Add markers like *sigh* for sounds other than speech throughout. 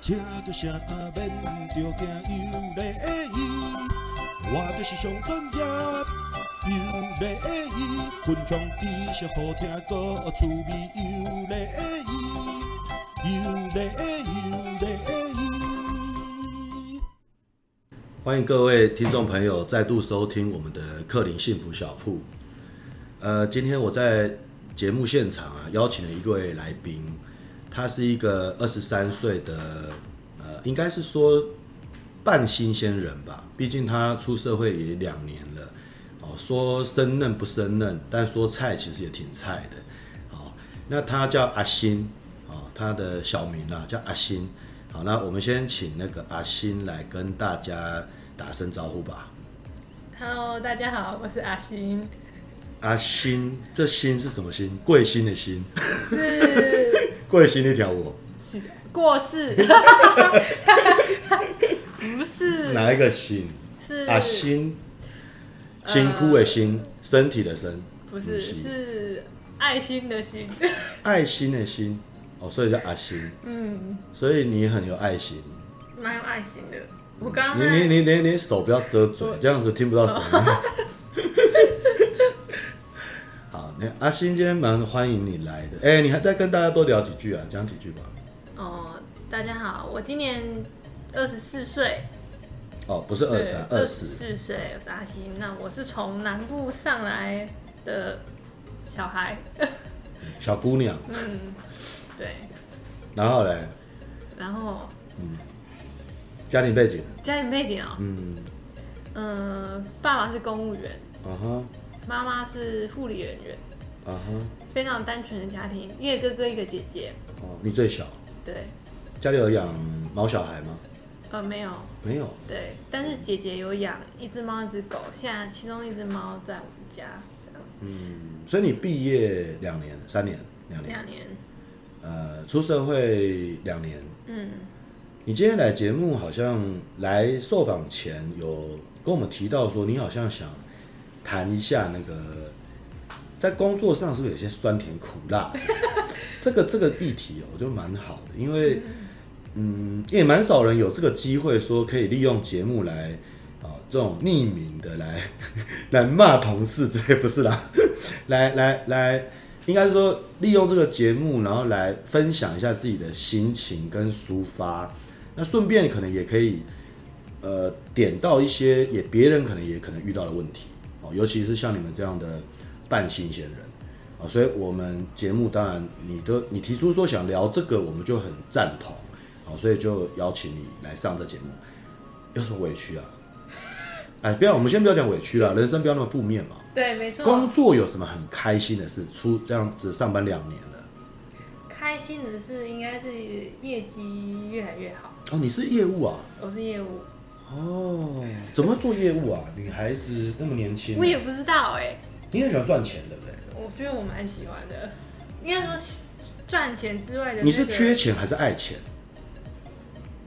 听着声免着惊，有丽伊，我就是上专业。有丽伊，分享知识好听歌，搁趣味有丽伊，有丽有丽伊。欢迎各位听众朋友再度收听我们的克林幸福小铺。呃，今天我在节目现场啊，邀请了一位来宾，他是一个二十三岁的，呃，应该是说半新鲜人吧，毕竟他出社会也两年了。哦，说生嫩不生嫩，但说菜其实也挺菜的。好，那他叫阿星，哦，他的小名啊叫阿星。好，那我们先请那个阿星来跟大家打声招呼吧。 Hello，大家好，我是阿星，阿星，这星是什么星？贵星的星，是贵星那条我，过世，不是哪一个星？是呃阿星，辛苦的辛，身体的身，不是是爱心的心，爱心的心。哦，所以叫阿星，嗯，所以你很有爱心。蛮有爱心的。我刚刚你你在你你你手不要遮嘴，这样子听不到声音。哦 *laughs* 好，那阿星今天蛮欢迎你来的。哎、你还再跟大家多聊几句啊，讲几句吧。哦，大家好，我今年二十四岁，哦，不是二三，对二十四。四岁，我是阿星。那我是从南部上来的小孩，小姑娘。嗯，对，然后嘞，然后家庭背景，家庭背景哦，嗯，嗯，爸爸是公务员。啊哈，妈妈是护理人员，啊哈，非常单纯的家庭，一个哥哥一个姐姐。哦，你最小，对，家里有养毛小孩吗？呃，没有，没有。对，但是姐姐有养一只猫一只狗，现在其中一只猫在我们家，这样嗯，所以你毕业两年、三年、两年，两年，呃，出社会两年，嗯，你今天来节目好像来受访前有跟我们提到说，你好像想谈一下那个在工作上是不是有些酸甜苦辣？ *laughs* 这个这个议题哦我觉得蛮好的，因为嗯也蛮少人有这个机会说可以利用节目来啊、这种匿名的来 *laughs* 来骂同事之类，不是啦， *laughs* 来来来，应该是说利用这个节目，然后来分享一下自己的心情跟抒发。那顺便可能也可以，呃，点到一些也别人可能也可能遇到的问题哦，尤其是像你们这样的半新鲜人啊、哦所以我们节目当然你都你提出说想聊这个，我们就很赞同哦，所以就邀请你来上这节目，有什么委屈啊？哎，不要，我们先不要讲委屈了，人生不要那么负面嘛。对，啊没错工。作有什么很开心的事？出这样子上班两年了，开心的是应该是业绩越来越好，哦，你是业务啊？我是业务，哦，怎么做业务啊？女孩子那么年轻啊我，也不知道哎、你很喜欢赚钱，对不对？我觉得我蛮喜欢的，应该说赚钱之外的、那个你是缺钱还是爱钱？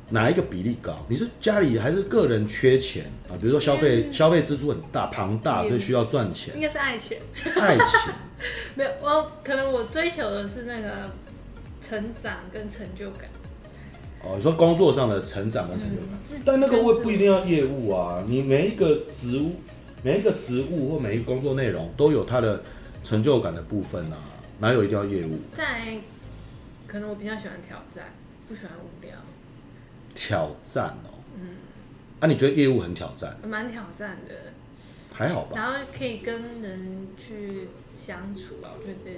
哪一个比例高？你是家里还是个人缺钱啊？比如说消费嗯消费支出很大庞大，也所以需要赚钱应，该是爱钱。爱情。没有，我可能我追求的是那个成长跟成就感。哦，你说工作上的成长跟成就嗯感，但那个我也不一定要业务啊。你每一个职务、每一个职务或每一个工作内容都有它的成就感的部分啊，哪有一定要业务？再来，可能我比较喜欢挑战，不喜欢无聊，挑战哦，嗯，啊，你觉得业务很挑战？蛮挑战的。还好吧？然后可以跟人去相处啊，我觉得这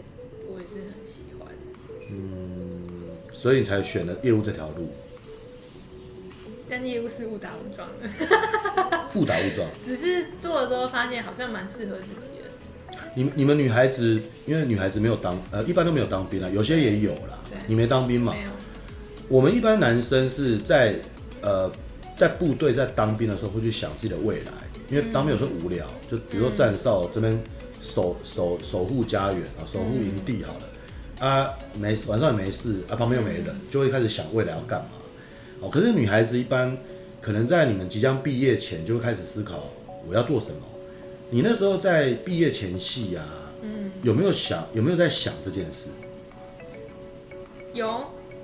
我也是很喜欢的。所以你才选了业务这条路，但业务是误打误撞的，误打误撞。只是做了之后发现好像蛮适合自己的。你你们女孩子，因为女孩子没有当呃，一般都没有当兵啊，有些也有啦对。你没当兵嘛？没有，我们一般男生是在呃在部队在当兵的时候会去想自己的未来，因为当兵有时候无聊，就比如说站哨这边守守守护家园啊，守护营地好了。啊，没事，晚上也没事啊，旁边又没人，就会开始想未来要干嘛。哦，可是女孩子一般可能在你们即将毕业前就会开始思考我要做什么。你那时候在毕业前夕呀、嗯，有没有想有没有在想这件事？有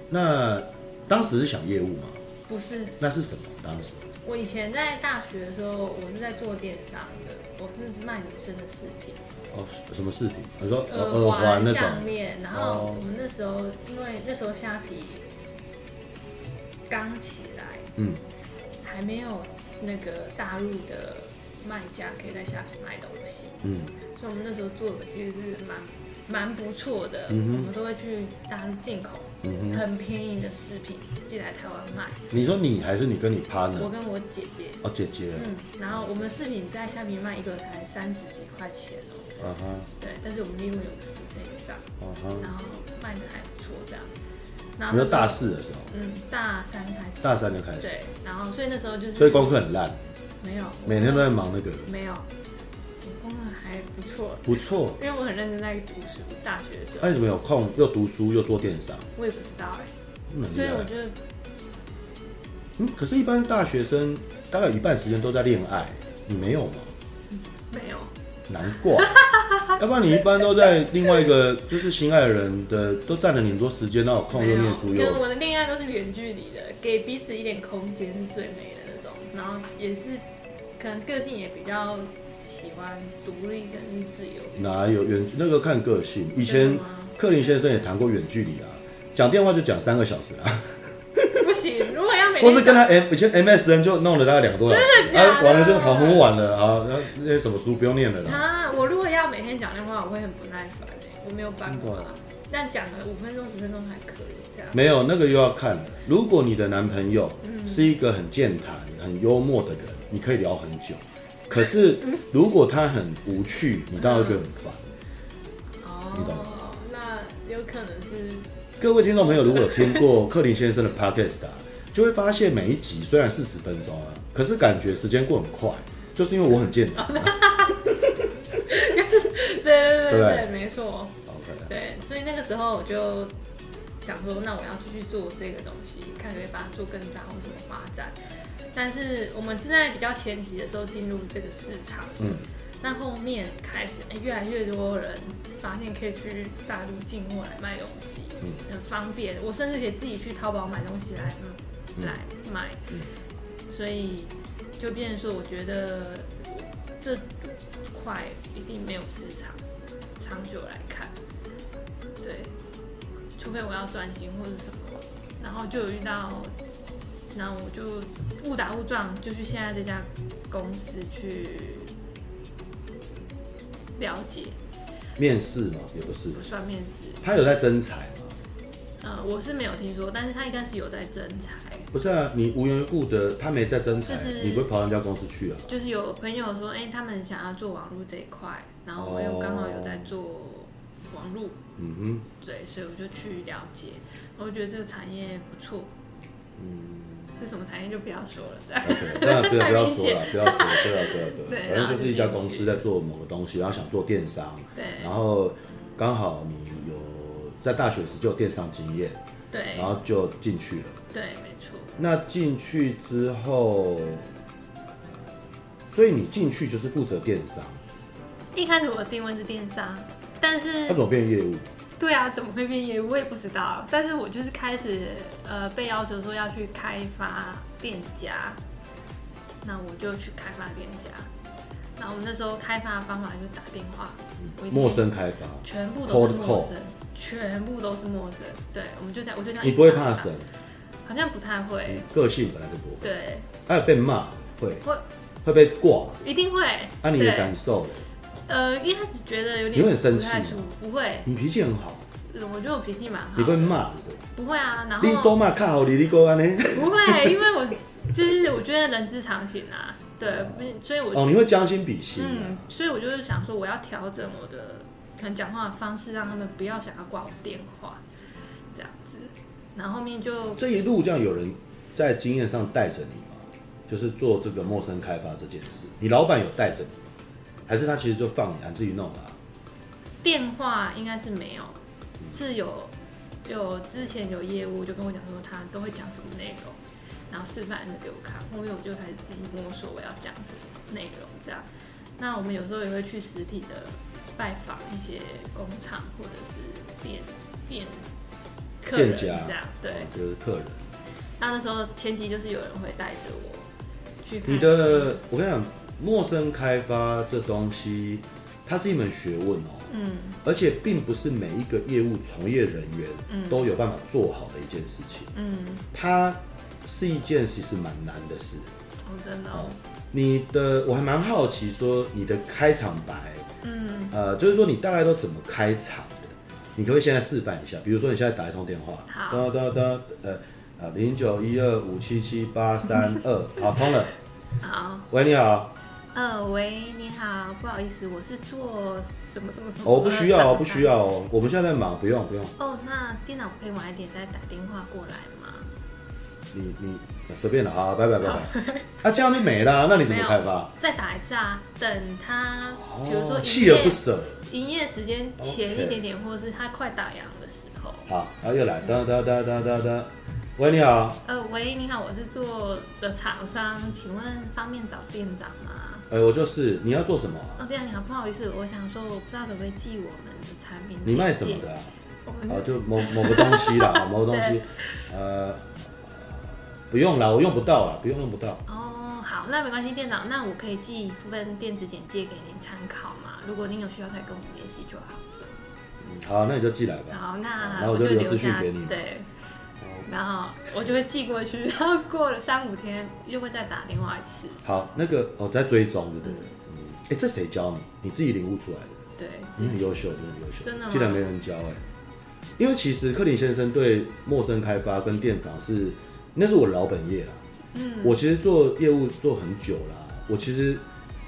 那当时是想业务嘛，不是那是什么？当时我以前在大学的时候，我是在做电商的，我是卖女生的饰品，哦，什么饰品？你说呃耳耳环那项种，链。然哦后我们那时候，因为那时候虾皮刚起来，嗯，还没有那个大陆的卖家可以在虾皮卖东西，嗯，所以我们那时候做的其实是蛮蛮不错的。嗯哼我们都会去大陆进口嗯哼很便宜的饰品寄来台湾卖。你说你还是你跟你我 partner？跟我姐姐，哦，姐姐，嗯，然后我们饰品在虾皮卖一个才三十几块钱啊哦，哈，对，但是我们利润有五十以上，啊然哈，后卖的还不错这样。然后你说那时候大，四的时候，嗯，大三开始，大三就开始，对，然后所以那时候就是所以功课很烂，没有，每天都在忙那个，没有，我功课还不错，不错。因为我很认真在读书，大学的时那候你怎么有空又读书又做电商？我也不知道哎、那很厉所以我害。就嗯，可是，一般大学生大概有一半时间都在恋爱，你没有吗？没有，难 *laughs* 怪，要不然你一般都在另外一个就是心爱的人的都占了你很多时间，那有空没又有念书就是又我的恋爱都是远距离的，给彼此一点空间是最美的那种。然后也是，可能个性也比较喜欢独立跟自由。哪有远那个看个性。以真前的吗克林先生也谈过远距离啊，讲电话就讲三个小时 *laughs* 啊，不行，如果要每或是天跟打他 M 以前 MSN 就弄了大概两个多小真时，的假的啊，完了就好很晚了啊，那那些什么书不用念了啦。啊，我如果要每天讲电话，我会很不耐烦哎、我没有办真的法啊。但讲了五分钟、十分钟还可以这样。没有那个又要看了，如果你的男朋友嗯是一个很健谈、很幽默的人，你可以聊很久。可是嗯如果他很无趣，你当然会觉得很烦。你懂哦，那有可能是各位听众朋友，如果有听过克林先生的 podcast 啊，就会发现每一集虽然四十分钟啊，可是感觉时间过很快，就是因为我很健谈、 *laughs* 啊。对对对对不对，对没错。 OK，对，所以那个时候我就想说，那我要出去做这个东西，看可不可以把它做更大或怎么发展。但是我们是在比较前期的时候进入这个市场，嗯，那后面开始、哎越来越多人发现可以去大陆进货来卖东西，嗯很方便。我甚至可以自己去淘宝买东西来、嗯嗯来卖，嗯所以就变成说，我觉得这块一定没有市场，长久来看，对，除非我要专心或者什么，然后就有遇到，然后我就误打误撞就去现在这家公司去了解，面试嘛也不是，不算面试，他有在征才吗？呃，我是没有听说，但是他应该是有在征才，不是啊，你无缘无故的他没在征才，就是你不会跑到人家公司去啊？就是有朋友说，哎、他们想要做网络这一块，然后我又刚好有在做网络，嗯哼。对，所以我就去了解，我觉得这个产业不错，嗯，是什么产业就不要说了，对 *laughs* OK，当然不要不要太明说了，不要说，对啊对啊对啊对，反正然后就是就一家进公司去在做某个东西，然后想做电商，对然后刚好你有在大学时就有电商经验，对然后就进去了。对，没错，那进去之后，所以你进去就是负责电商，一开始我的定位是电商，但他是怎么变业务？对啊，怎么会变业务我也不知道。但是我就是开始呃被要求说要去开发店家，那我就去开发店家。那我们那时候开发的方法就是打电话，我一定嗯陌生开发，全部都是 Cold 陌生，全部都是陌生。对，我们就这样，我就这样。你不会怕嗯神？，好像不太你会。个性本来就不会，对，还有被骂会会会被挂，一定会。那你的对感，受嘞，呃，一开始觉得有你点会很生不太气舒吗服，不会，你脾气很好，我觉得我脾气蛮好。你被？骂的。不会啊，然后你走嘛，看好你，你哥安尼。 *laughs* 不会，因为我就是我觉得人之常情啊，对，不所以我、哦，你会将心比心、嗯啊。，所以我就是想说，我要调整我的可能讲话的方式，让他们不要想要挂我电话，这样子。然后后面就这一路这样有人在经验上带着你吗？就是做这个陌生开发这件事，你老板有带着你吗？还是他其实就放你，啊，自己弄啊？电话应该是没有，是有有之前有业务就跟我讲说他都会讲什么内容，然后示范着给我看，后面我就开始自己摸索我要讲什么内容这样。那我们有时候也会去实体的拜访一些工厂或者是店店客人店这家样，对哦就是客人。那那时候前期就是有人会带着我去看你的，我跟你讲，陌生开发这东西，它是一门学问哦，嗯而且并不是每一个业务从业人员都有办法做好的一件事情，嗯，它是一件其实蛮难的事。我真的哦哦，你的我还蛮好奇，说你的开场白，嗯呃，就是说你大概都怎么开场的？你可不可以现在示范一下？比如说你现在打一通电话，好哒哒哒，呃呃，零九一二五七七八三 *laughs* 二，好通了。好。喂，你好，呃，喂，你好，不好意思，我是做什么什么什么？哦，不需要哦，不需。要哦，我们现在在忙，不用不用，哦，那电脑可以晚一点再打电话过来吗？你你随便了啊，拜拜拜拜。啊，这样就没了，那你怎么开发？再打一次啊，等他，哦比如说营锲而业不舍。营业时间前 OK 一点点，或者是他快打烊的时候。好，然后又来，哒哒哒哒哒哒。喂，你好，呃，喂，你好，我是做的厂商，请问方便找店长吗？哎、我就是，你要做什么啊、哦，店长你好，不好意思，我想说，我不知道可不可以寄我们的产品简介。你卖什么的、啊？我啊们，就某某个东西 *laughs* 啦，哦某个东西，呃，不用啦，我用不到啦，不用用不到。哦，好，那没关系，店长，那我可以寄一部分电子简介给您参考嘛？如果您有需要再跟我们联系就好。嗯好，那你就寄来吧。好，那然后我我就留留资讯下给你对，然后我就会寄过去， *laughs* 然后过了三五天又会再打电话一次。好，那个我、哦、在追踪，对不对？嗯，哎、这谁教你？你自己领悟出来的。对，你很优秀，真的很优秀。真的吗竟然没人教哎、因为其实克林先生对陌生开发跟店长是，那是我老本业啦。嗯，我其实做业务做很久啦，我其实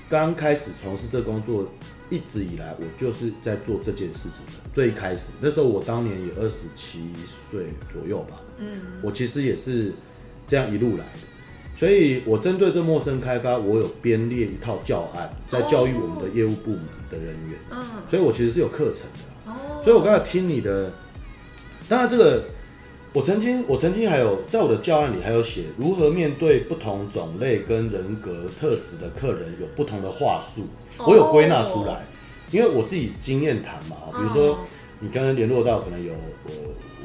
刚开始从事这工作，一直以来我就是在做这件事情的。最开始那时候我当年也二十七岁左右吧，嗯我其实也是这样一路来的。所以，我针对这陌生开发，我有编列一套教案，在教育我们的业务部门的人员。嗯，所以我其实是有课程的啊啦。哦，所以我刚才听你的，当然这个，我曾经我曾经还有在我的教案里还有写如何面对不同种类跟人格特质的客人有不同的话术，哦我有归纳出来，因为我自己经验谈嘛，比如说哦你刚刚联络到可能有我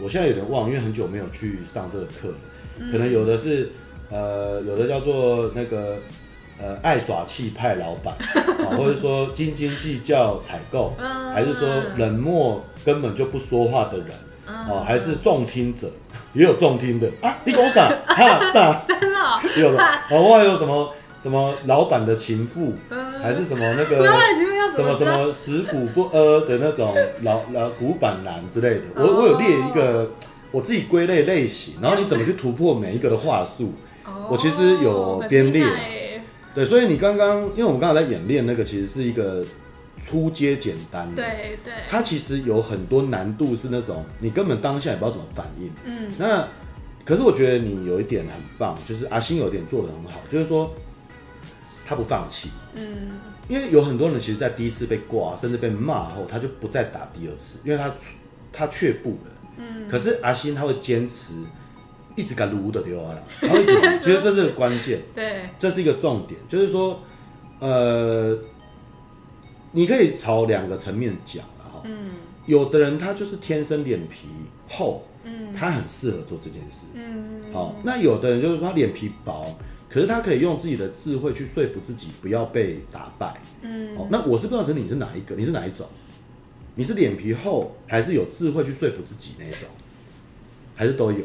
我现在有点忘，因为很久没有去上这个课了，嗯可能有的是呃有的叫做那个。呃，爱耍气派老 *laughs* 板，啊，或者说斤斤计较采购，嗯还是说冷漠根本就不说话的人，嗯哦，还是重听者，也有重听的啊，你讲 *laughs* 啥？哈啥？真的哦，有了，然后还有什么什么老板的情妇，嗯还是什么那老个板请问要什怎么么什知道？么食古不阿的那种老老古板男之类的，哦我我有列一个我自己归类类型，然后你怎么去突破每一个的话术？哦我其实有很编列厉害耶对，所以你刚刚，因为我们刚才在演练那个，其实是一个初阶简单的，对对，它其实有很多难度是那种你根本当下也不知道怎么反应。嗯那可是我觉得你有一点很棒，就是阿星有一点做的很好，就是说他不放弃，嗯因为有很多人其实，在第一次被挂甚至被骂后，他就不再打第二次，因为他他却步了。嗯，可是阿星他会坚持，一直敢撸的丢啊啦，他会一直撸，其实这是个关键。对，这是一个重点，就是说，呃，你可以朝两个层面讲了哈。嗯有的人他就是天生脸皮厚，嗯他很适合做这件事。嗯，好、那有的人就是说他脸皮薄，可是他可以用自己的智慧去说服自己不要被打败。嗯哦，那我是不知道是你是哪一个，你是哪一种？你是脸皮厚，还是有智慧去说服自己那种？还是都有？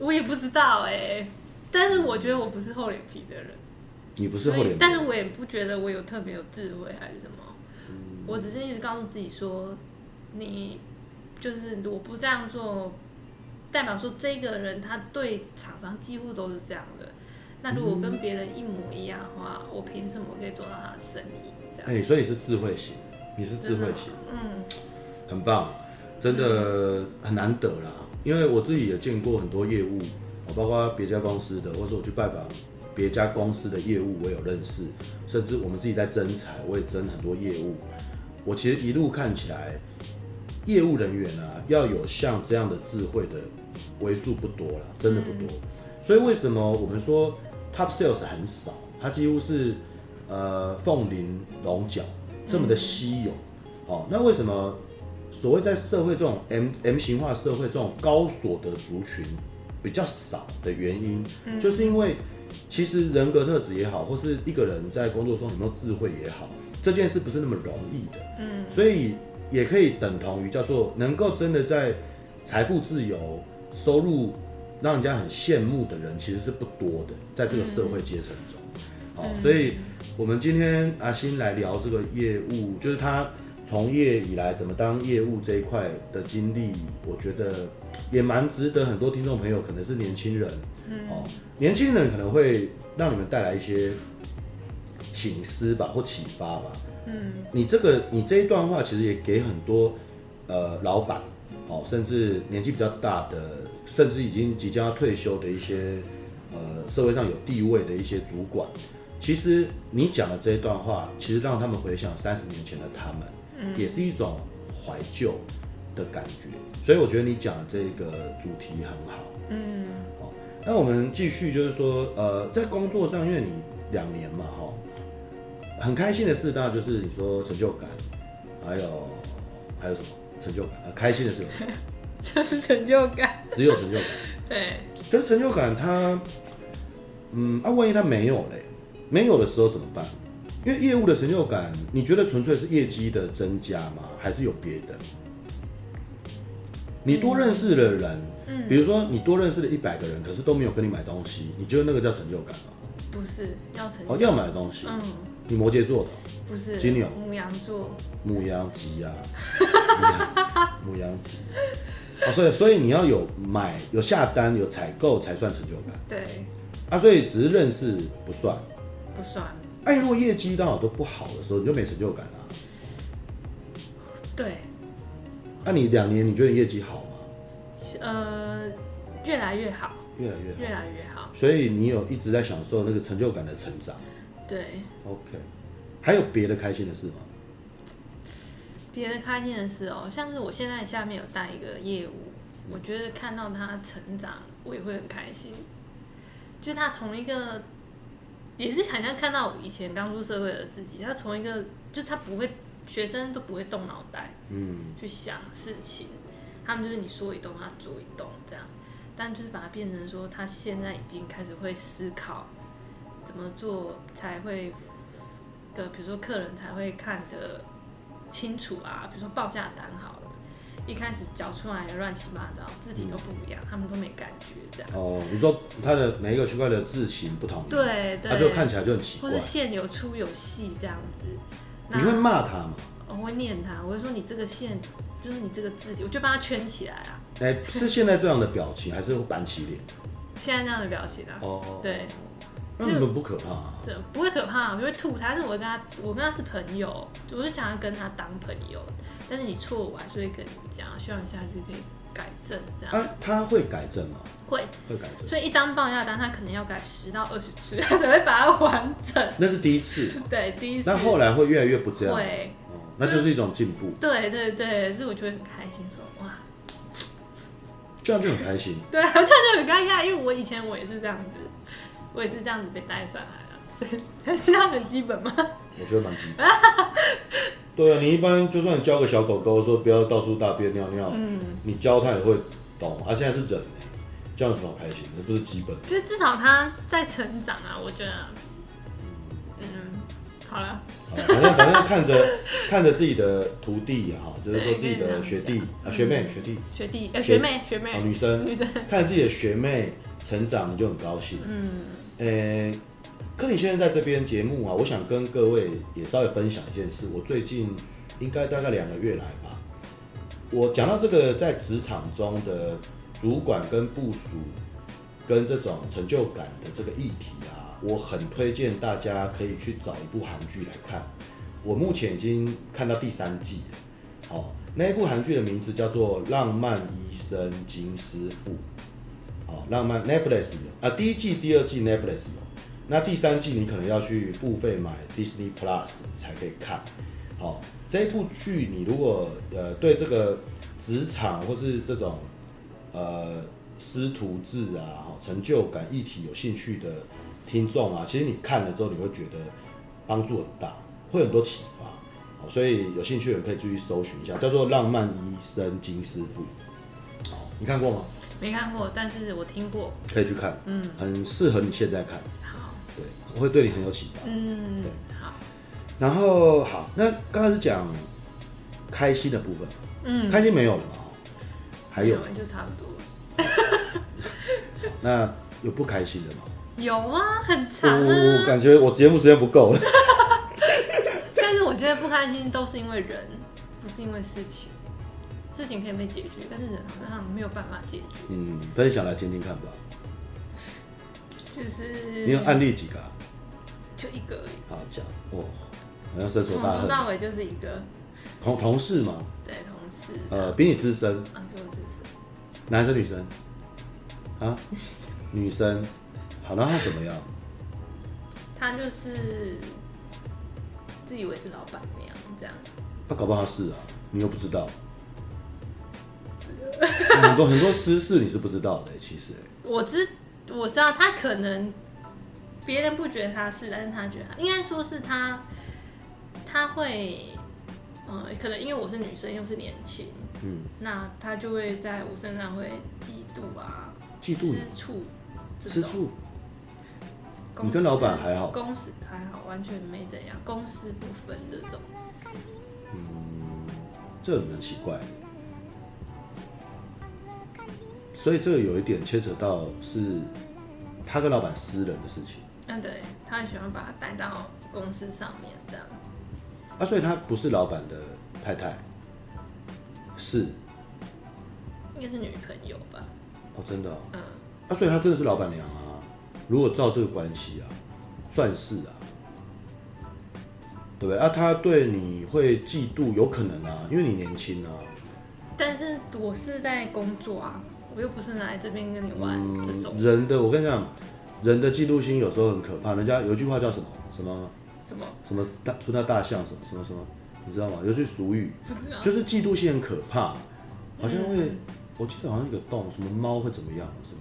我也不知道哎、但是我觉得我不是厚脸皮的人，你不是厚所以脸皮，但是我也不觉得我有特别有智慧还是什么，嗯我只是一直告诉自己说，你就是我不这样做，代表说这个人他对厂商几乎都是这样的。那如果跟别人一模一样的话，我凭什么可以做到他的生意？这样嗯哎、所以你是智慧型，你是智慧型。，嗯很棒，真的很难得啦。因为我自己也见过很多业务，哦包括别家公司的，或者我去拜访别家公司的业务，我有认识，甚至我们自己在征才，我也征很多业务。我其实一路看起来，业务人员啊，要有像这样的智慧的为数不多啦，真的不多。所以为什么我们说 top sales 很少，它几乎是呃凤麟龙角这么的稀有。哦，那为什么所谓在社会这种 M M 型化社会这种高所得族群，比较少的原因，就是因为其实人格特质也好，或是一个人在工作中有没有智慧也好，这件事不是那么容易的。嗯，所以也可以等同于叫做能够真的在财富自由、收入让人家很羡慕的人，其实是不多的，在这个社会阶层中。好、哦所以我们今天阿星来聊这个业务，就是他从业以来怎么当业务这一块的经历，我觉得也蛮值得很多听众朋友，可能是年轻人，哦，年轻人可能会让你们带来一些醒思吧，或启发吧。嗯，你这个你这一段话其实也给很多呃老板，哦，甚至年纪比较大的，甚至已经即将要退休的一些呃社会上有地位的一些主管，其实你讲的这一段话，其实让他们回想三十年前的他们，也是一种怀旧的感觉。所以我觉得你讲的这个主题很好。嗯，哦，那我们继续就是说，呃，在工作上，因为你两年嘛，哈、很开心的事，当然就是你说成就感，还有还有什么成就感？呃，开心的事有什么，就是成就感。只有成就感。对，可是成就感它，嗯，啊，万一它没有嘞，没有的时候怎么办？因为业务的成就感，你觉得纯粹是业绩的增加吗？还是有别的？你多认识的人，嗯比如说你多认识了一百个人，可是都没有跟你买东西，你觉得那个叫成就感吗？不是要成哦，就。要买东西，嗯，你摩羯座的哦，不是。金牛母羊座。母羊吉 *laughs* 啊，母羊母羊吉。哦，所以所以你要有买、有下单、有采购才算成就感对，啊，所以只是认识不算。不算。哎，如果业绩刚好都不好的时候，你就没成就感啦、啊对，那、啊你两年你觉得业绩好吗？呃，越来越好，越来越好。越来越好。所以你有一直在享受那个成就感的成长。对， OK，还有别的开心的事吗？别的开心的事哦，像是我现在下面有带一个业务，我觉得看到他成长，我也会很开心。就他从一个，也是想象看到我以前刚出社会的自己，他从一个就他不会，学生都不会动脑袋嗯，去想事情，他们就是你说一动他做一动这样，但就是把它变成说他现在已经开始会思考怎么做才会的，比如说客人才会看得清楚啊，比如说报价单好了，一开始缴出来的乱七八糟，字体都不一样，嗯他们都没感觉这样。哦，你说它的每一个区块的字形不同，，对对，它就看起来就很奇或怪是。线啊有粗有细这样子。那你会骂他吗？我会念他，我会说你这个线就是你这个字体，我就把它圈起来啊。哎，是现在这样的表情，还是板起脸？现在这样的表情啊， *laughs* 哦，对，那你们不可怕啊？这不会可怕，我就会吐他，但是我会跟他，我跟他是朋友，我是想要跟他当朋友，但是你错我还是会跟你讲，希望你下次可以改正这样。啊，他会改正吗？会，会改正，所以一张报价单他可能要改十到二十次，他才会把它完 *laughs* 整。那是第一次，对，第一次那后来会越来越不这样，会，哦那就是一种进步，对对对，所以我就会很开心说哇，这样就很开心。对啊，这样就很尴尬，因为我以前我也是这样子，我也是这样子被带上来的， *laughs* 还是这样很基本吗？我觉得蛮基 *laughs* 本。对啊，你一般就算你教个小狗狗说不要到处大便尿尿，你教它也会懂。啊，现在是人欸，这样有什么好开心？那不是基本。就至少他在成长啊，我觉得，嗯，好了，好啊反正反正看着 *laughs* 看着自己的徒弟啊，就是说自己的学弟啊学妹学弟学弟呃学学妹学妹啊女生女生，看着自己的学妹成长，你就很高兴。嗯，呃、可你现在在这边节目啊，我想跟各位也稍微分享一件事。我最近应该大概两个月来吧，我讲到这个在职场中的主管跟部署跟这种成就感的这个议题啊，我很推荐大家可以去找一部韩剧来看。我目前已经看到第三季了，哦，那一部韩剧的名字叫做《浪漫医生金师傅》。哦，浪漫 Netflix 有啊，第一季、第二季 Netflix 有，那第三季你可能要去付费买 Disney Plus 才可以看。好、这部剧你如果呃对这个职场或是这种呃师徒制啊、哦、成就感议题有兴趣的听众啊，其实你看了之后你会觉得帮助很大，会有很多启发。哦，所以有兴趣的人可以继续搜寻一下，叫做《浪漫医生金师傅》。哦，你看过吗？没看过，但是我听过。可以去看，嗯，很适合你现在看，好，对，会对你很有启发。嗯，好，然后好，那刚才是讲开心的部分，嗯，开心没有了嘛？还有，就差不多。那有不开心的吗？有啊，很长哦我啊。感觉我节目时间不够了。 *laughs* 但是我觉得不开心都是因为人，不是因为事情。事情可以被解决，但是人好像没有办法解决。嗯，分享来听听看吧。就是你有案例几个、啊？就一个而已，好讲哦，好像深仇从大头恨。到尾就是一个同同事嘛，对同事，呃，比你资深，啊，给我支持。男生女生？啊，女生。好，那他怎么样？他就是自以为是老板娘这样，他搞不好他是啊，你又不知道。很多很多私事你是不知道的、欸其实、我知我知道他可能别人不觉得他是，但是他觉得他应该说是他他会，嗯、可能因为我是女生又是年轻，嗯，那他就会在我身上会嫉妒啊，嫉妒你吃醋这吃种，醋。公司你跟老板还好公司还好，完全没怎样，公司不分这种，嗯，这很奇怪。所以这个有一点牵扯到是他跟老板私人的事情嗯，对，他很喜欢把他带到公司上面这样。啊，所以他不是老板的太太，是应该是女朋友吧？哦，真的、哦、嗯，啊，所以他真的是老板娘啊。如果照这个关系啊，算是啊，对不对？啊，他对你会嫉妒，有可能啊，因为你年轻啊，但是我是在工作啊，我又不是来这边跟你玩这种、嗯人的，我跟你讲，人的嫉妒心有时候很可怕。人家有一句话叫什么什么什么，什么大吞到大象什么什么什么，你知道吗？有句俗语，不知道就是嫉妒心很可怕，好像会，我记得好像有个洞，什么猫会怎么样，什么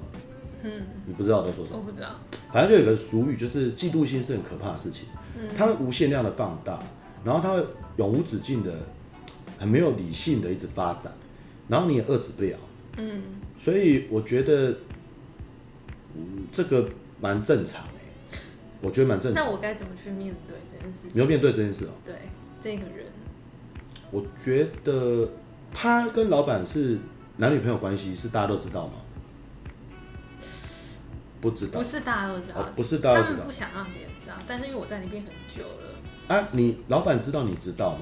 嗯，你不知道我在说什我么。不知道，反正就有个俗语，就是嫉妒心是很可怕的事情，嗯它会无限量的放大，然后它会永无止境的，很没有理性的一直发展，然后你也遏制不了。嗯，所以我觉得，嗯，这个蛮正常哎、我觉得蛮正常。那我该怎么去面对这件事你情？要面对这件事哦、对这个人，我觉得他跟老板是男女朋友关系，是大家都知道吗？不知道不是大家都知道，哦不是大家都知道他们不想让别人知道，但是因为我在那边很久了，啊？你老板知道你知道吗？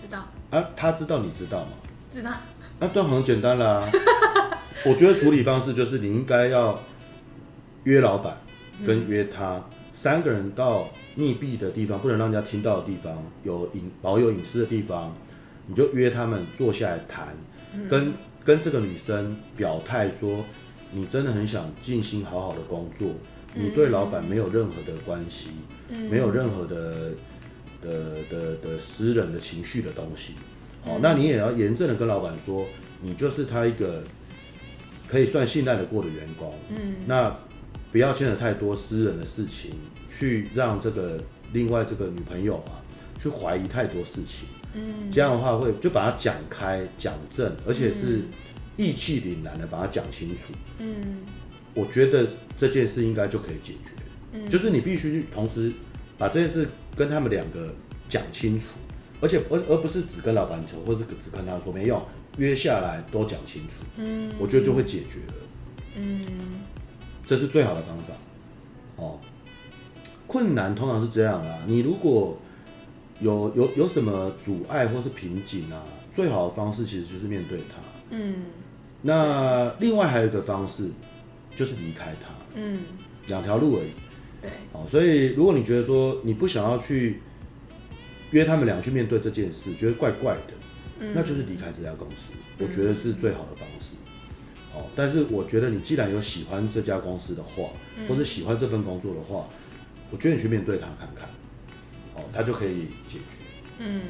知道啊，他知道你知道吗？知道，那、啊、这 *laughs* 样很简单啦、我觉得处理方式就是你应该要约老板跟约他、三个人到密闭的地方，不能让人家听到的地方，有隐保有隐私的地方，你就约他们坐下来谈，跟跟这个女生表态说，你真的很想尽心好好的工作，你对老板没有任何的关系，嗯没有任何的的的的私人的情绪的东西。好、哦嗯那你也要严正的跟老板说，你就是他一个可以算信赖的过的员工。嗯，那不要牵扯太多私人的事情，去让这个另外这个女朋友啊，去怀疑太多事情。嗯这样的话会就把它讲开、讲正，而且是义气凛然的把它讲清楚。嗯我觉得这件事应该就可以解决。嗯就是你必须同时把这件事跟他们两个讲清楚，而且而而不是只跟老板说，或者只跟他说没用，约下来都讲清楚，嗯我觉得就会解决了。嗯，这是最好的方法。哦，困难通常是这样啦，你如果有有有什么阻碍或是瓶颈啊，最好的方式其实就是面对它。嗯那另外还有一个方式，就是离开它，嗯，两条路而已。对，哦，所以如果你觉得说你不想要去约他们俩去面对这件事，觉得怪怪的，嗯那就是离开这家公司，我觉得是最好的方式。哦，但是我觉得你既然有喜欢这家公司的话，或者喜欢这份工作的话，我觉得你去面对它看看，哦，它就可以解决。嗯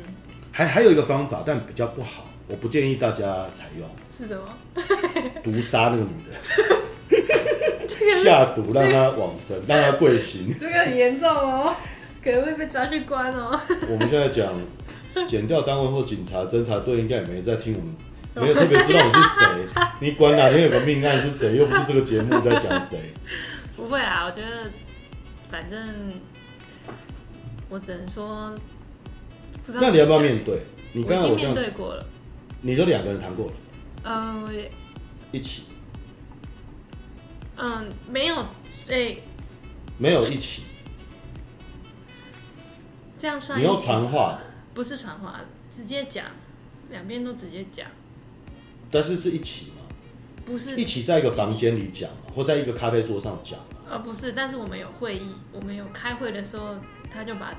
还还有一个方法，但比较不好，我不建议大家采用，是什么？毒杀那个女的， *laughs* 下毒让她往生，让她跪行。这个很严重哦，可能会被抓去关哦。我们现在讲，减掉单位或警察、侦查队应该也没在听我们没有特别知道你是谁，你管哪天有个命案是谁，又不是这个节目在讲谁。不会啊，我觉得反正我只能说，不知道那你要不要面对？对？你我刚已刚经我这样面，对过了，你就两个人谈过了，嗯、我也一起嗯，没有，哎、没有一起，这样算你用一起传吗话，不是传话，直接讲，两边都直接讲，但是是一起嘛？不是一起在一个房间里讲嘛，或在一个咖啡桌上讲嘛。呃，不是，但是我们有会议，我们有开会的时候，他就把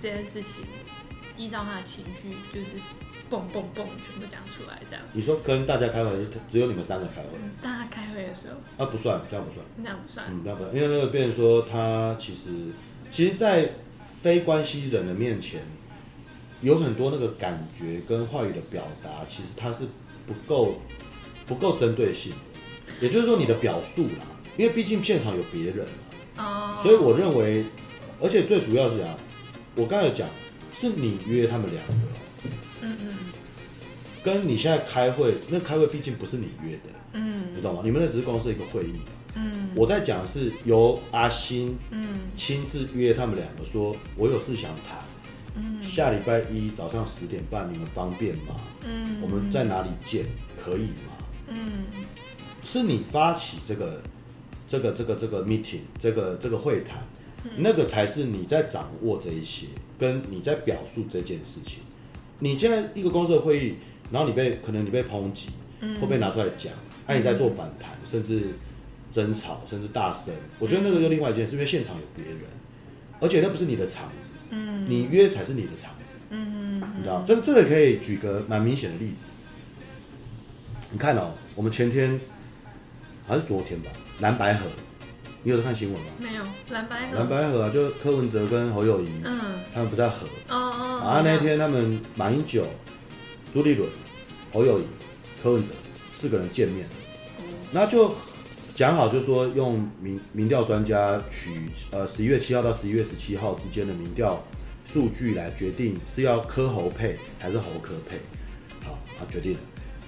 这件事情依照他的情绪，就是蹦蹦蹦全部讲出来，这样。你说跟大家开会，还是只有你们三个开会？大家开会的时候，啊，不算，这样不算。那样不算。嗯，不要不要，因为那个变成说他其实，其实，在非关系人的面前，有很多那个感觉跟话语的表达，其实它是不够不够针对性的，也就是说你的表述啦，因为毕竟现场有别人嘛，哦、所以我认为，而且最主要是啊，我刚才有讲，是你约他们两个，嗯嗯跟你现在开会，那开会毕竟不是你约的，嗯你懂吗？你们那只是公司的一个会议啊、嗯我在讲的是由阿星嗯亲自约他们两个说，我有事想谈，嗯下礼拜一早上十点半，你们方便吗？嗯，我们在哪里见？可以吗？嗯是你发起这个、这个、这个、这个 meeting，这个、这个会谈，嗯那个才是你在掌握这一些，跟你在表述这件事情。你现在一个公司的会议，然后你被可能你被抨击，嗯会被拿出来讲，哎、你在做反弹，甚至争吵，甚至大声。嗯我觉得那个就另外一件事，因为现场有别人，而且那不是你的场子，嗯你约才是你的场子。嗯你知道，这个这个可以举个蛮明显的例子。你看哦，我们前天好像是昨天吧，蓝白河，你有在看新闻吗？没有蓝白蓝白河啊，就是柯文哲跟侯友谊，嗯他们不在合。哦哦啊，那一天他们马英九、朱立伦、侯友谊、柯文哲四个人见面，那就讲好，就说用民民调专家取呃十一月七号到十一月十七号之间的民调数据来决定是要柯侯配还是侯柯配，好，他决定了。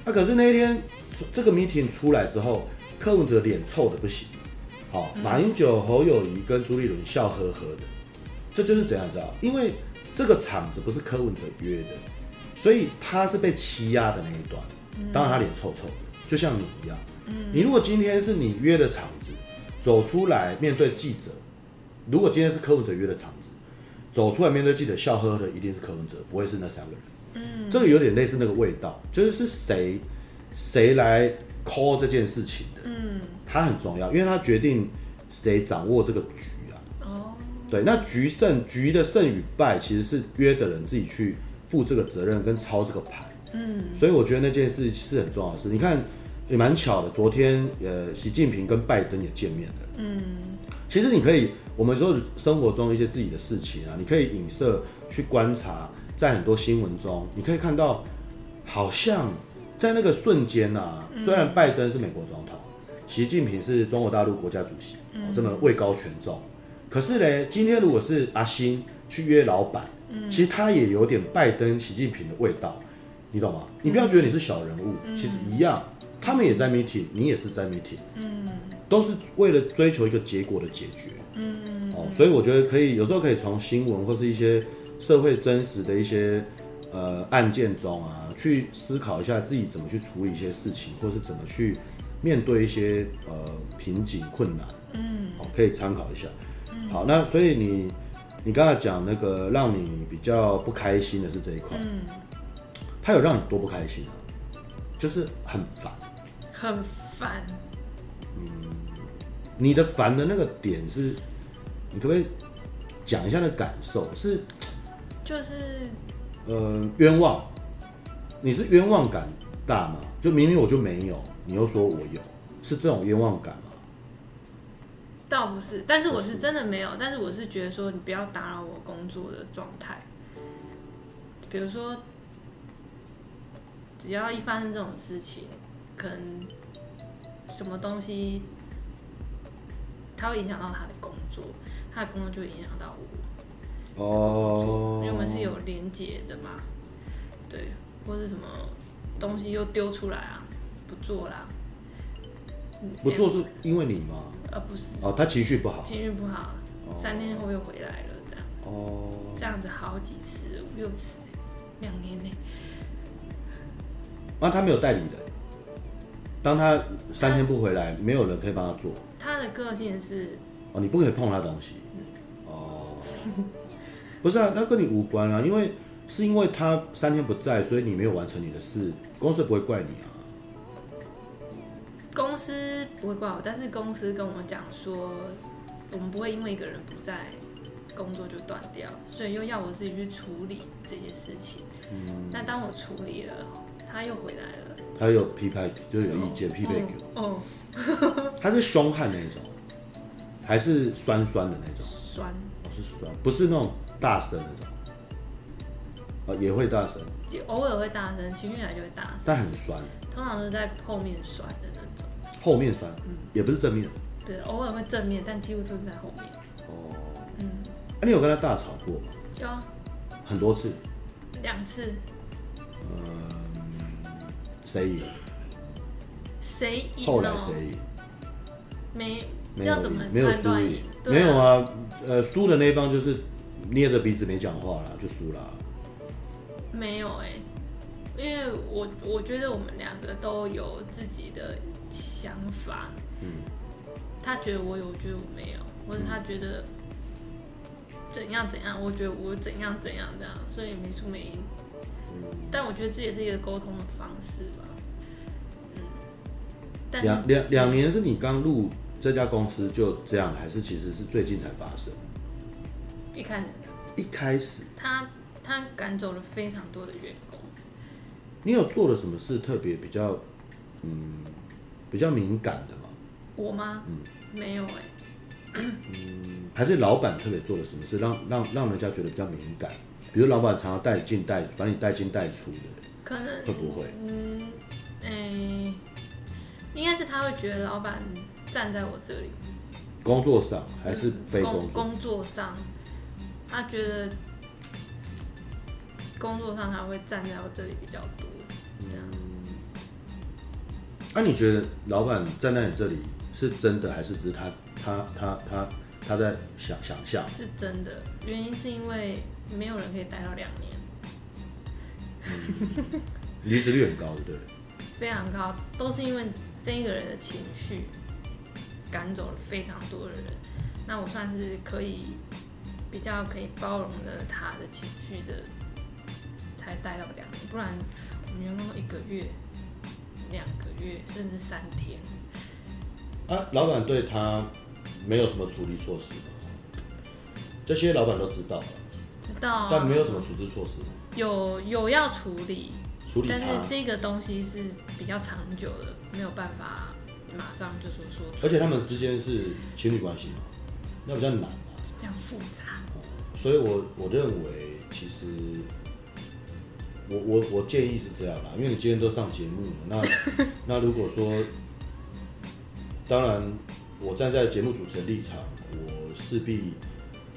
那、可是那一天这个 meeting 出来之后，柯文哲脸臭的不行，好，马英九、侯友谊跟朱立伦笑呵呵的，这就是怎样你知道？因为这个场子不是柯文哲约的，所以他是被欺压的那一端。当然他脸臭臭的，就像你一样。你如果今天是你约的场子，走出来面对记者，如果今天是柯文哲约的场子，走出来面对记者笑呵呵的一定是柯文哲，不会是那三个人。嗯，这个有点类似那个味道，就是是谁谁来 call 这件事情的，嗯它很重要，因为它决定谁掌握这个局啊。哦对，那局胜局的胜与败，其实是约的人自己去负这个责任跟操这个牌。嗯所以我觉得那件事是很重要的事。你看，也蛮巧的，昨天呃，习近平跟拜登也见面了。嗯其实你可以，我们说生活中一些自己的事情啊，你可以影射去观察，在很多新闻中，你可以看到，好像在那个瞬间啊，嗯虽然拜登是美国总统，习近平是中国大陆国家主席，嗯哦、这么位高权重，可是呢，今天如果是阿星去约老板，其实他也有点拜登、习近平的味道，你懂吗？你不要觉得你是小人物，其实一样，他们也在 meeting，你也是在 meeting。都是为了追求一个结果的解决。嗯，哦，所以我觉得可以有时候可以从新闻或是一些社会真实的一些呃案件中啊，去思考一下自己怎么去处理一些事情，或是怎么去面对一些呃瓶颈困难。嗯哦，可以参考一下。好，那所以你你刚才讲那个让你比较不开心的是这一块，嗯，它有让你多不开心啊？就是很烦。很烦。你的烦的那个点是，你可不可以讲一下那感受？是就是呃冤枉，你是冤枉感大吗？就明明我就没有，你又说我有，是这种冤枉感吗？倒不是，但是我是真的没有，但是我是觉得说你不要打扰我工作的状态。比如说，只要一发生这种事情，可能什么东西，它会影响到他的工作，他的工作就会影响到我，哦因为我们是有连结的嘛，对，或是什么东西又丢出来啊，不做啦。嗯不做两是因为你嘛？呃不是，哦，他情绪不好。情绪不好，啊哦三天后又回来了，这样哦，这样子好几次，五六次，两年内。啊那他没有代理人，当他三天不回来，没有人可以帮他做。他的个性是，哦，你不可以碰他东西。哦，不是啊，那跟你无关啊，因为是因为他三天不在，所以你没有完成你的事，公司不会怪你啊。公司不会怪我，但是公司跟我讲说，我们不会因为一个人不在，工作就断掉，所以又要我自己去处理这些事情。嗯那当我处理了，他又回来了。他有批判，就有意见批判给哦哦，我。他是凶悍那一种，还是酸酸的那种？酸哦，是酸，不是那种大声那种。哦，也会大声，也偶尔会大声，情绪来就会大声，但很酸，通常都是在后面酸的那种。后面酸，也不是正面。啊对，偶尔会正面，但几乎都是在后面。哦，嗯，啊、你有跟他大吵过吗？有啊很多次。呃两次，谁赢？谁赢后来了？谁赢？没没有要怎么没有判输断赢，对没有，啊。呃，输的那一方就是捏着鼻子没讲话啦，就输啦。没有哎、因为我我觉得我们两个都有自己的想法。嗯，他觉得我有，我觉得我没有，或者他觉得嗯怎样怎样，我觉得我怎样怎样这样，所以没输没赢。嗯但我觉得这也是一个沟通的方式吧。嗯，但是两两两年是你刚入这家公司就这样，还是其实是最近才发生？一开始一开始他他赶走了非常多的员工，你有做了什么事特别比较，嗯，比较敏感的吗？我吗？嗯没有哎、还是老板特别做了什么事让让让人家觉得比较敏感？比如老板常常带进带把你带进带出的，可能会不会？嗯，诶、应该是他会觉得老板站在我这里，工作上还是非嗯工工作？工作上，他觉得工作上他会站在我这里比较多，这样啊那、你觉得老板站在你这里是真的，还是只是他他他他他在想想象？是真的。原因是因为没有人可以待到两年，离职率很高，对不对？非常高，都是因为这一个人的情绪赶走了非常多的人。那我算是可以比较可以包容了他的情绪的，才待到两年，不然我们员工一个月、两个月甚至三天，啊，老板对他没有什么处理措施吗？这些老板都知道了，知道、啊？但没有什么处置措施吗，有有要处理，处理但是他。这个东西是比较长久的，没有办法马上就说说出而且他们之间是情侣关系嘛，那比较难啊。非常复杂。所以我我认为，其实我我我建议是这样啦，因为你今天都上节目了，那那如果说，当然我站在节目主持人立场，我势必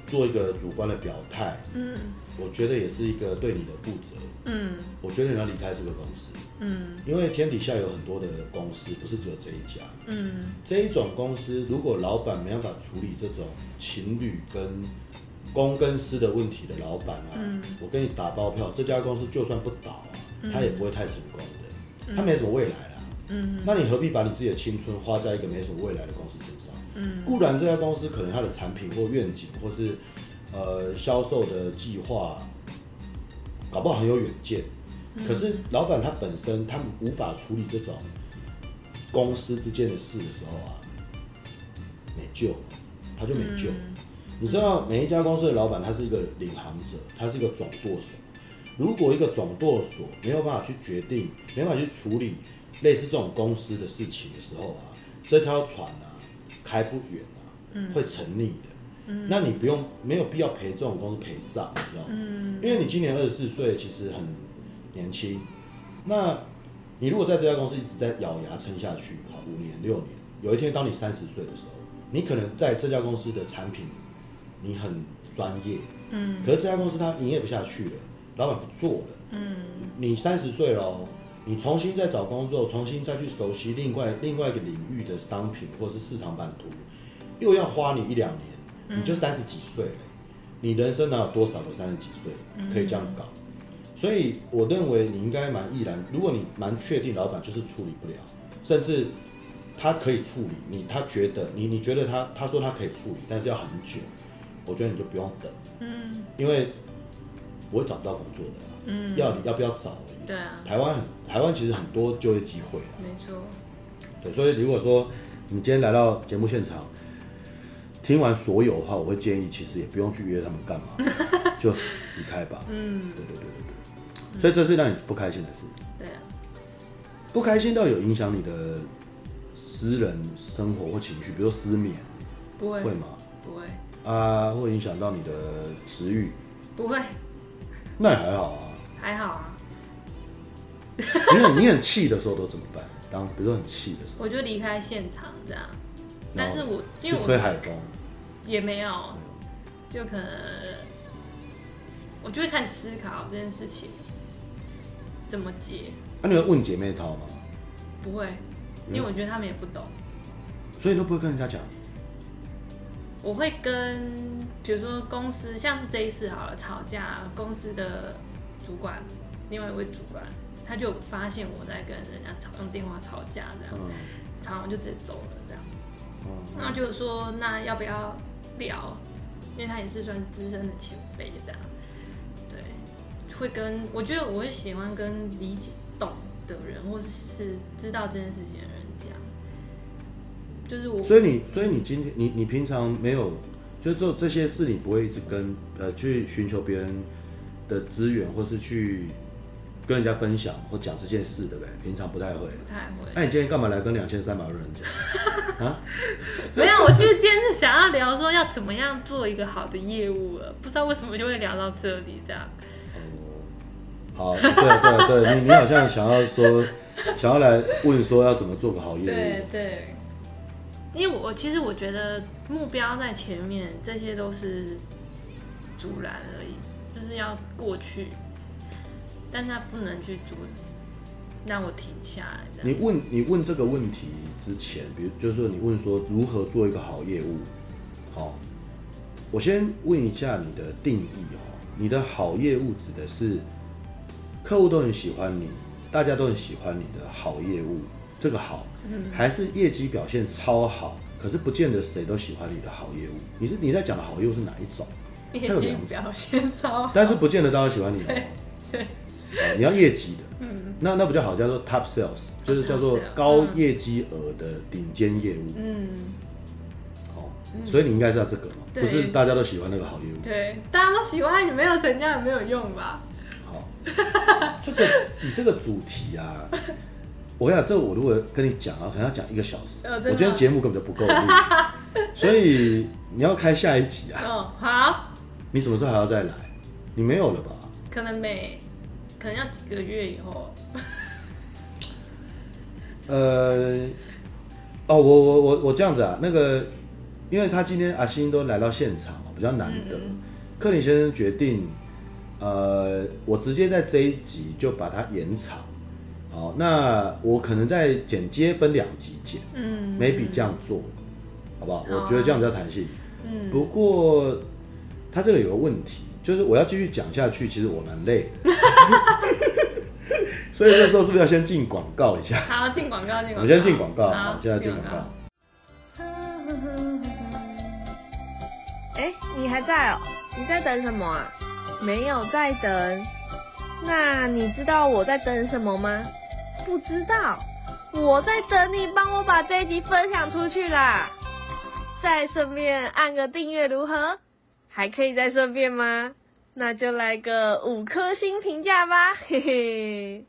做一个主观的表态，嗯我觉得也是一个对你的负责。嗯我觉得你要离开这个公司，嗯因为天底下有很多的公司，不是只有这一家。嗯，这一种公司，如果老板没办法处理这种情侣跟公跟私的问题的老板啊，我跟你打包票，这家公司就算不倒啊，他也不会太成功的，他没什么未来啦。嗯，那你何必把你自己的青春花在一个没什么未来的公司身上？嗯，固然这家公司可能它的产品或愿景或是呃销售的计划，搞不好很有远见，可是老板他本身他无法处理这种公司之间的事的时候啊，没救了，他就没救了。你知道每一家公司的老板他是一个领航者，他是一个总舵手。如果一个总舵手没有办法去决定，没办法去处理类似这种公司的事情的时候啊，这条船啊开不远啊，会沉溺的。那你不用没有必要陪这种公司陪葬，你知道吗？因为你今年二十四岁，其实很年轻。那你如果在这家公司一直在咬牙撑下去，好五年六年，有一天当你三十岁的时候，你可能在这家公司的产品你很专业，嗯，可是这家公司它营业不下去了，老板不做了，嗯，你三十岁了哦，你重新再找工作，重新再去熟悉另外另外一个领域的商品或是市场版图，又要花你一两嗯年，你就三十几岁了、你人生哪有多少个三十几嗯岁可以这样搞？所以我认为你应该蛮毅然，如果你蛮确定老板就是处理不了，甚至他可以处理你，他觉得你你觉得他他说他可以处理，但是要很久，我觉得你就不用等，嗯因为我会找不到工作的啦。啊嗯，要你要不要找而已。对啊，台湾很台湾其实很多就业机会啊，没错，对，所以如果说你今天来到节目现场，听完所有的话，我会建议其实也不用去约他们干嘛，就离开吧。嗯对，对对对对，所以这是让你不开心的事，对啊，不开心到有影响你的私人生活或情绪，比如说失眠，不会会吗？不会啊，会影响到你的食欲，不会，那也还好啊。还好啊。你很你很气的时候都怎么办？当比如说很气的时我就离开现场这样，但是然后我候，因为去吹我海嗯风。啊也没有，就可能我就会开始思考这件事情怎么解，那、你会问姐妹淘吗？不会，嗯因为我觉得他们也不懂。所以你都不会跟人家讲，我会跟，比如说公司，像是这一次好了，吵架，公司的主管，另外一位主管，他就发现我在跟人家吵，用电话吵架这样，嗯吵完我就直接走了这样。嗯，那就说那要不要聊？因为他也是算资深的前辈这样，对，会跟我觉得我会喜欢跟理解懂的人，或是是知道这件事情的人讲，就是我所以你，所以你今天，你你平常没有，就这这些事，你不会一直跟呃去寻求别人的资源，或是去跟人家分享或讲这件事，对不对？平常不太会。不太会。那、你今天干嘛来跟两千三百个人讲？啊没有，我其实今天是想要聊说要怎么样做一个好的业务了，不知道为什么就会聊到这里这样。好，对对对，你你好像想要说，想要来问说要怎么做个好业对务，对，因为我其实我觉得目标在前面，这些都是阻拦而已，就是要过去，但它不能去阻让我停下来这样。你问你问这个问题之前，比如就是说你问说如何做一个好业务，好、我先问一下你的定义哦，你的好业务指的是客户都很喜欢你，大家都很喜欢你的好业务，这个好，嗯还是业绩表现超好，可是不见得谁都喜欢你的好业务。你是你在讲的好业务是哪一种？业它有绩两种表现超 *laughs* 好，但是不见得大家都喜欢你哦。对，你要业绩的，嗯，那那不叫好，叫做 top sales，就是叫做哦 top sales，高业绩额的顶尖业务嗯，哦。所以你应该知道这个嘛，对不是大家都喜欢那个好业务。对，大家都喜欢你，没有成交也没有用 *laughs* 吧？好，哦这个你这个主题啊，我跟你讲，这个我如果跟你讲啊，可能要讲一个小时，呃我真的今天节目根本就不够录， *laughs* 所以你要开下一集啊，嗯，好，你什么时候还要再来？你没有了吧？可能每可能要几个月以后，呃，哦，我我我我这样子啊，那个，因为他今天阿星都来到现场哦，比较难得，克林先生决定，呃，我直接在这一集就把它延长，好，那我可能在剪接分两集剪嗯，maybe 这样做，好不好？哦我觉得这样比较弹性。嗯，不过，他这个有个问题，就是我要继续讲下去，其实我蛮累的， *laughs* 所以这时候是不是要先进广告一下？好，进广告，进广告，我们先进广告，好好，，现在进广告。。 *laughs* 哎，你还在哦？你在等什么啊？没有在等。那你知道我在等什么吗？不知道。我在等你帮我把这一集分享出去啦。再顺便按个订阅如何？还可以再顺便吗？那就来个五颗星评价吧，嘿嘿。